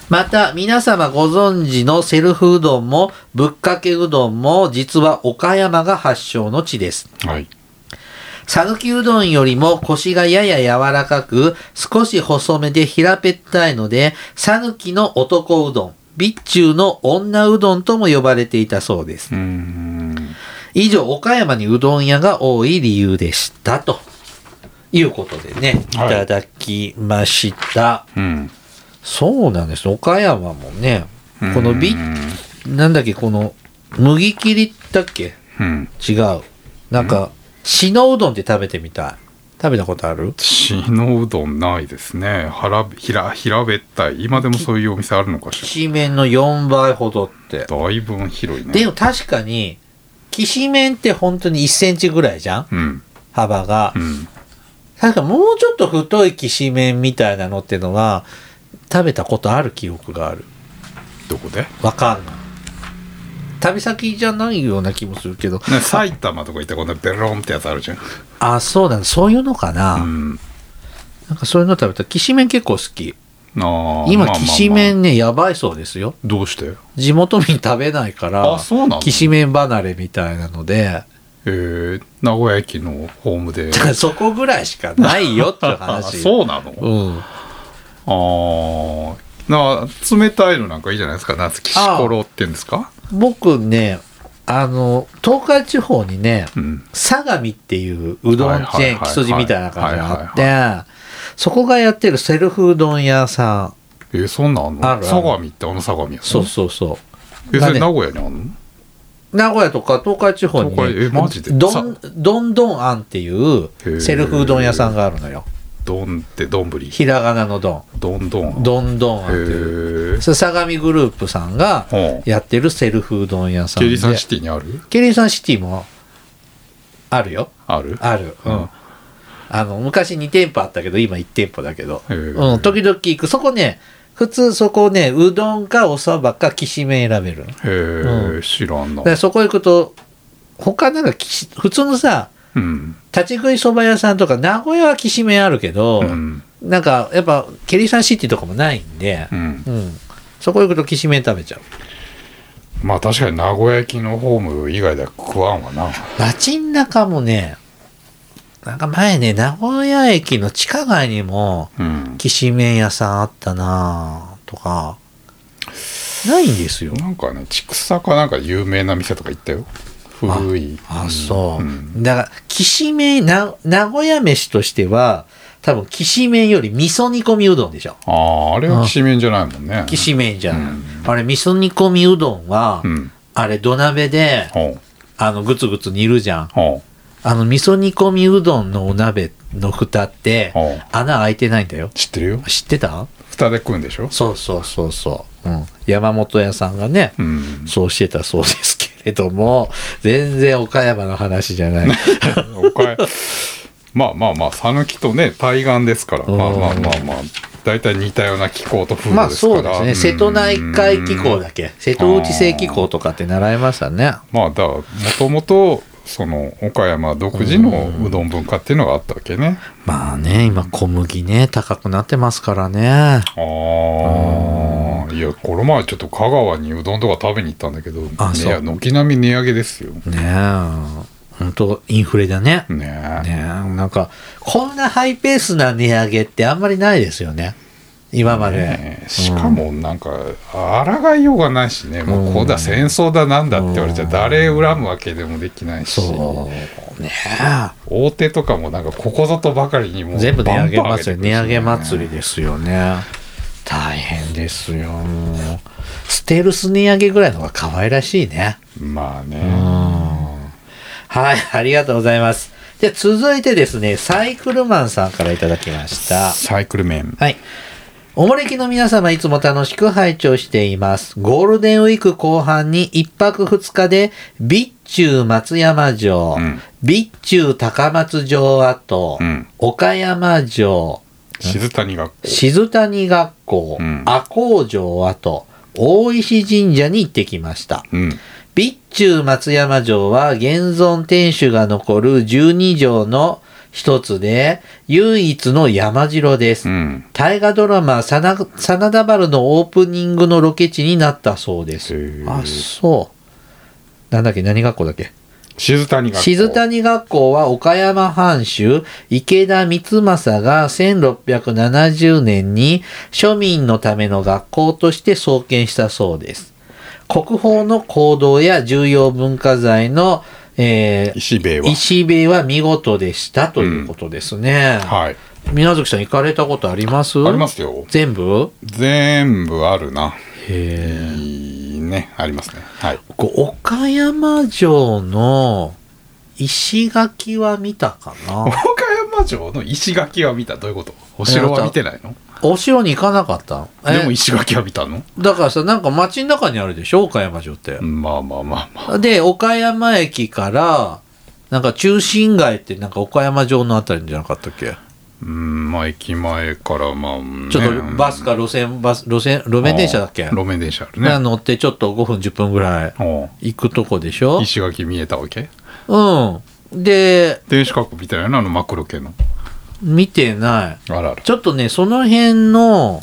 A: また、皆様ご存知のセルフうどんも、ぶっかけうどんも、実は岡山が発祥の地です。
B: はい。
A: 讃岐うどんよりも腰がやや柔らかく、少し細めで平べったいので、讃岐の男うどん、備中の女うどんとも呼ばれていたそうです。
B: うーん。
A: 以上、岡山にうどん屋が多い理由でした。ということでね、い
B: は
A: た
B: い
A: だきました。
B: うん。
A: そうなんです。岡山もね、この
B: ビ
A: び、なんだっけ、この、麦切りだっけ
B: うん。
A: 違う。なんか、しのうどんって食べてみたい。食べたことある
B: 血のうどんないですね。腹べ、ひら、平べったい。今でもそういうお店あるのか
A: き
B: し
A: しめんの4倍ほどって。
B: ら。だいぶ広いね。
A: でも確かに、きしめんって本当に1センチぐらいじゃん
B: うん。
A: 幅が
B: う。ん。
A: 確かもうちょっと太いきしめんみたいなのってのは、食べたことある記憶がある。
B: どこで
A: わかんない。旅先じゃないような気もするけど。
B: ね埼玉とか行ったらこんなベロンってやつあるじゃん。
A: あ、そうだね。そういうのかな。
B: うん。
A: なんかそういうの食べたら、きしめん結構好き。
B: あー
A: 今、
B: まあまあまあ
A: きしめんね、やばいそうですよ。
B: どうして
A: 地元民食べないから、
B: あそうなの
A: きしめん離れみたいなので、
B: えー、名古屋駅のホー ムで。
A: だからそこぐらいしかないよっていう
B: あ
A: 話。
B: そうなの、
A: うん。
B: ああ。な冷たいのなんかいいじゃないですか。夏キシコロっていうんですか
A: 僕ね、あの、東海地方にね、
B: うん。
A: 相模っていううどんチ
B: はいはい
A: ェ
B: はい
A: ーン、
B: は
A: 木
B: い
A: 筋みたいな感じが
B: はいは
A: あって、そこがやってるセルフうどん屋さん。
B: えー、そんなんあんの
A: あるある
B: 相模ってあの相模やの
A: そうそうそう。
B: え、そ
A: だ
B: れ
A: ね
B: 名古屋にあんの
A: 名古屋とか東海地方に、
B: 東海えマジで
A: ど
B: さ
A: んどんどんあんっていう
B: ー
A: セルフうどん屋さんがあるのよ
B: どんってどんぶり。
A: ひらがなのど
B: どんどん。
A: んどんどんあんっ
B: へ
A: ていう
B: え。
A: それ相模グループさんが
B: ほう
A: やってるセルフうどん屋さん
B: ケ
A: で
B: リサンシティにある
A: ケリーさんシティもあるよ
B: ある
A: あるうん、
B: うん
A: あの昔2店舗あったけど今1店舗だけど、
B: へー
A: うん、時々行くそこね普通そこねうどんかおそばかきしめん選べるの
B: へえ、
A: う
B: 知らん
A: だ
B: な
A: か。らそこ行くと他なんかきし普通のさ
B: うん。
A: 立ち食いそば屋さんとか名古屋はきしめんあるけど、
B: うん。
A: なんかやっぱケリーさんシティとかもないんで
B: う、ん
A: う。んそこ行くときしめん食べちゃう
B: まあ確かに名古屋駅のホーム以外では食わんわな。
A: 街ん中もねなんか前ね名古屋駅の地下街にも
B: うん。
A: きしめん屋さんあったなとかないんですよ
B: なんかね、畜産かなんか有名な店とか行ったよ。古い。
A: あそう、
B: ん
A: だからきしめんな名古屋飯としては多分きしめんより味噌煮込みうどんでしょ
B: ああ、あれはきしめんじゃないもんね。
A: きしめんじゃん、
B: うん
A: あれ味噌煮込みうどんは、
B: うん。
A: あれ土鍋で
B: ほう。
A: あのグツグツ煮るじゃん
B: ほ
A: あの味噌煮込みうどんのお鍋の蓋って
B: う。ほう。
A: 穴開いてないんだよ
B: 知ってるよ。
A: 知ってた
B: 蓋で食うんでしょ
A: そうそうそうそう、うん、山本屋さんがね、
B: うん。
A: そうしてたそうですけれども全然岡山の話じゃ ない
B: おかえ まあまあまあ讃岐とね対岸ですから
A: うん
B: まあまあまあまあ大体似たような気候と風
A: まあ
B: 土ですか
A: そ
B: ら
A: うですね瀬戸内海気候だ
B: うん
A: っけ瀬戸内製気候とかって習いましたね
B: まあだからもともとその岡山独自のうどん文化っていうのがあったわけね
A: まあね今小麦ね高くなってますからね
B: ああいやこの前ちょっと香川にうどんとか食べに行ったんだけど
A: あ
B: い
A: そう
B: や軒並み値上げですよね
A: ねえ本当インフレだね
B: え
A: ねえなんかこんなハイペースな値上げってあんまりないですよね今まで、
B: ねえしかもなんか抗いようがないしね、もうこうだ戦争だなんだって言われちゃ誰恨むわけでもできないし、
A: そうね
B: 大手とかもなんかここぞとばかりにも
A: え
B: う
A: 全部値上げ
B: バンバン
A: 祭り
B: て
A: 値
B: くるしね
A: 上げ祭りですよね大変ですよもうステルス値上げぐらいのが可愛らしいね
B: まあ
A: うん
B: ね
A: はいありがとうございますで続いてですねサイクルマンさんからいただきました
B: サイクル面
A: はい。おもれきの皆様いつも楽しく拝聴しています。ゴールデンウィーク後半に1泊2日で、備中松山城、
B: うん
A: 備中高松城跡、
B: うん
A: 岡山城、
B: 静谷学校
A: 静谷学校、
B: うん
A: 赤穂城跡、大石神社に行ってきました。
B: うん
A: 備中松山城は現存天守が残る12城の一つで、唯一の山城です。
B: うん。
A: 大河ドラマ、さな、真田丸のオープニングのロケ地になったそうです。あ、そう。なんだっけ、何学校だっけ
B: 静谷が。
A: 静谷学校は岡山藩主池田光政が1670年に庶民のための学校として創建したそうです。国宝の行動や重要文化財の、えー
B: 石兵衛は。
A: 石塀は見事でしたということですね。
B: はい。
A: 皆月さん行かれたことあります
B: ありますよ。
A: 全部
B: 全部あるな。
A: へえ。
B: いいね。ありますね。はい。
A: こう岡山城の石垣は見たかな
B: 岡山城の石垣は見たどういうことお城は見てないの
A: お城に行かなかった
B: でも
A: え
B: 石垣は見たの
A: だからさなんか街の中にあるでしょ岡山城って、
B: まあまあまあまあ。
A: で岡山駅からなんか中心街ってなんか岡山城のあたりじゃなかったっけ
B: うん、まあ駅前からまあ、ね
A: ちょっとバスか路線バス路線路面電車だっけ、
B: ああ路面電車ある
A: な
B: ね。
A: 乗ってちょっと5分10分ぐらい
B: お
A: 行くとこでしょ
B: 石垣見えたわけ
A: うんで
B: 電子格みたいなのあのマクロ系の。
A: 見てない
B: あらあら。
A: ちょっとねその辺の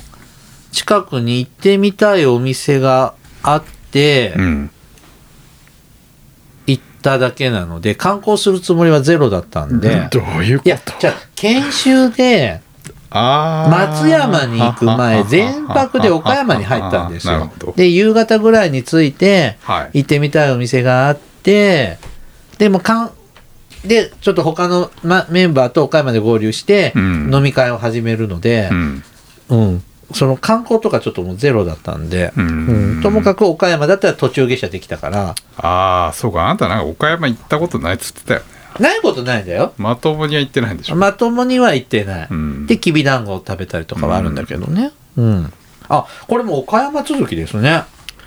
A: 近くに行ってみたいお店があって、
B: うん。
A: 行っただけなので観光するつもりはゼロだったんで、
B: どういうこ
A: いやじゃあ研修で
B: あー
A: 松山に行く前全泊で岡山に入ったんです
B: なる
A: よ
B: ほど。
A: で夕方ぐらいに着いて
B: はい。
A: 行ってみたいお店があってでもかんでちょっと他の、ま、メンバーと岡山で合流して
B: うん
A: 飲み会を始めるので
B: う、ん。
A: うんその観光とかちょっともうゼロだったんで、
B: う
A: うん
B: ん
A: ともかく岡山だったら途中下車できたから
B: ああ、そうか。あなたなんか岡山行ったことないっつってたよね。
A: ないことないんだよ
B: まともには行ってないんでしょ。
A: まともには行ってない、
B: うん
A: できびだんごを食べたりとかはあるんだけどねうん、あこれも岡山続きですね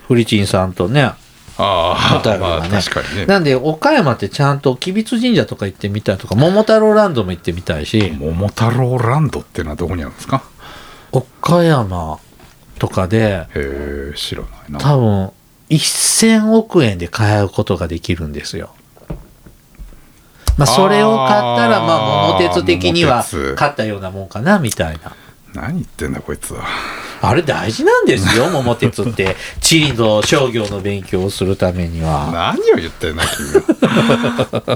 A: フリチンさんとね
B: あ
A: ホタ
B: あ、
A: ルが
B: ま
A: ね
B: あ確かにね。
A: なんで岡山ってちゃんと吉備津神社とか行ってみたいとか桃太郎ランドも行ってみたいし
B: 桃太郎ランドってのはどこにあるんですか
A: 岡山とかで
B: へえ、知らないな。
A: 多分1000億円で買うことができるんですよまあそれを買ったら
B: あー
A: まあ桃鉄的には
B: 桃鉄
A: 買ったようなもんかなみたいな
B: 何言ってんだこいつは。
A: あれ大事なんです よ、桃鉄って。地理の商業の勉強をするためには。
B: 何を言ってんだ君は。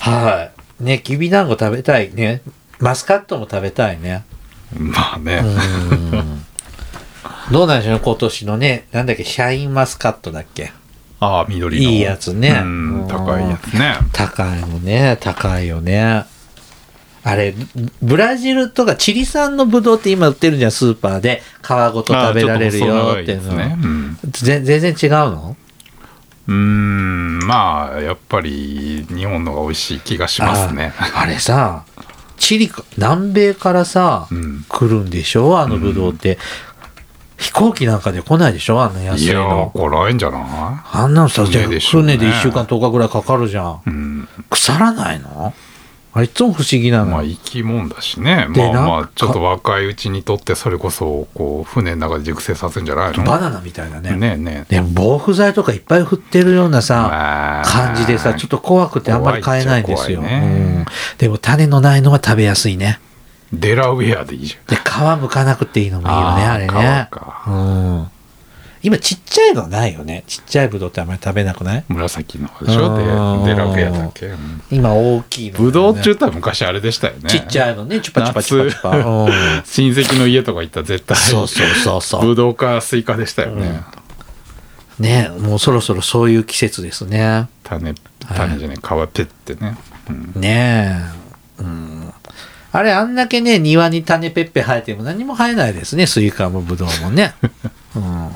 A: はい。ね、きびだんご食べたいね。マスカットも食べたいね。
B: まあね。
A: どうなんでしょうね、今年のね、なんだっけ、シャインマスカットだっけ。
B: ああ、緑の。
A: いいやつね
B: うん、高いやつね。
A: 高いのね、高いよね。あれ、ブラジルとかチリ産のブドウって今売ってるじゃん、スーパーで。皮ごと食べられるよっていうの。
B: ああちょっと細長いやつねうん
A: ぜ全然違うの
B: うーんまあやっぱり日本のが美味しい気がしますね。
A: ああれさ、チリか、南米からさ、
B: うん
A: 来るんでしょあのブドウって、飛行機なんかで来ないでしょあの安
B: い
A: い
B: や
A: の。
B: こらえんじゃな
A: あんなのさ、じゃあ
B: 船でしょうね
A: 船で1週間10日ぐらいかかるじゃ ん。
B: い、うん、
A: 腐らないのあれいつも不思議なの。
B: まあ生き物だしね
A: で
B: まあま
A: なん
B: あ
A: か
B: ちょっと若いうちにとってそれこそこう船の中で熟成させるんじゃないの
A: バナナみたいなね。
B: ねえねえ
A: でも防腐剤とかいっぱい振ってるようなさ、
B: まあ
A: 感じでさ、ちょっと怖くてあんまり買えないんですよ。
B: 怖いっちゃ怖いね
A: うんでも種のないのは食べやすいね。
B: デラウェアでいいじゃん。
A: で、皮むかなくていいのもいいよね、
B: あー
A: あれね
B: 皮。か
A: うん。今、ちっちゃいのないよね。ちっちゃいブドウってあんまり食べなくない
B: 紫のでしょで
A: うん
B: デラウェアだっけ、うん
A: 今、大きいの、ね。
B: ぶどうっちゅうたら昔あれでしたよね。
A: ちっちゃいのね、チュパチュパチュパチュパ。
B: 夏
A: うん
B: 親戚の家とか行ったら絶対
A: そうそうそうそ
B: ぶどうかスイカでしたよね。
A: うんう。 ね、もうそろそろそういう季節ですね。は
B: 種
A: い
B: 種じゃない皮ペってね、うん
A: ねえ。うん。あれ、あんだけね、庭に種ペッペ生えても何も生えないですね、スイカもブドウも ね。うん。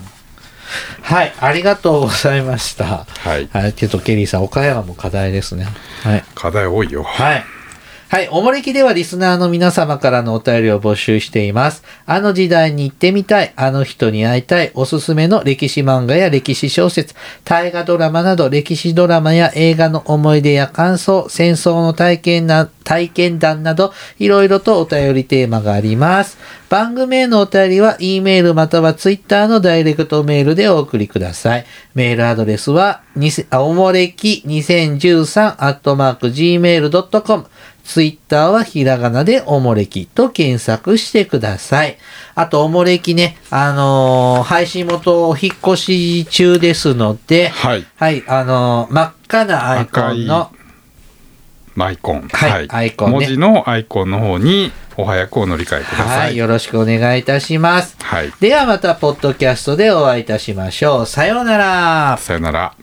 A: はい、ありがとうございました。
B: はい
A: はい、けどケリーさん、岡山も課題ですね。はい。
B: 課題多いよ
A: はい。はい。おもれきではリスナーの皆様からのお便りを募集しています。あの時代に行ってみたい、あの人に会いたい、おすすめの歴史漫画や歴史小説、大河ドラマなど歴史ドラマや映画の思い出や感想、戦争の体験な、体験談など、いろいろとお便りテーマがあります。番組へのお便りは、E メールまたは Twitter のダイレクトメールでお送りください。メールアドレスは、にせあおもれき2013 at mark gmail.com。ツイッターはひらがなでおもれきと検索してください。あと、おもれきね、あのー配信元お引っ越し中ですので、
B: はい。
A: はい、あのー真っ赤なアイコンの、
B: まあアイコン。
A: はいアイコンね
B: 文字のアイコンの方に、お早くお乗り換えくだ
A: は
B: さ
A: い、
B: い。
A: よろしくお願いいたします。
B: はい。
A: ではまた、ポッドキャストでお会いいたしましょう。さようなら。
B: さよなら。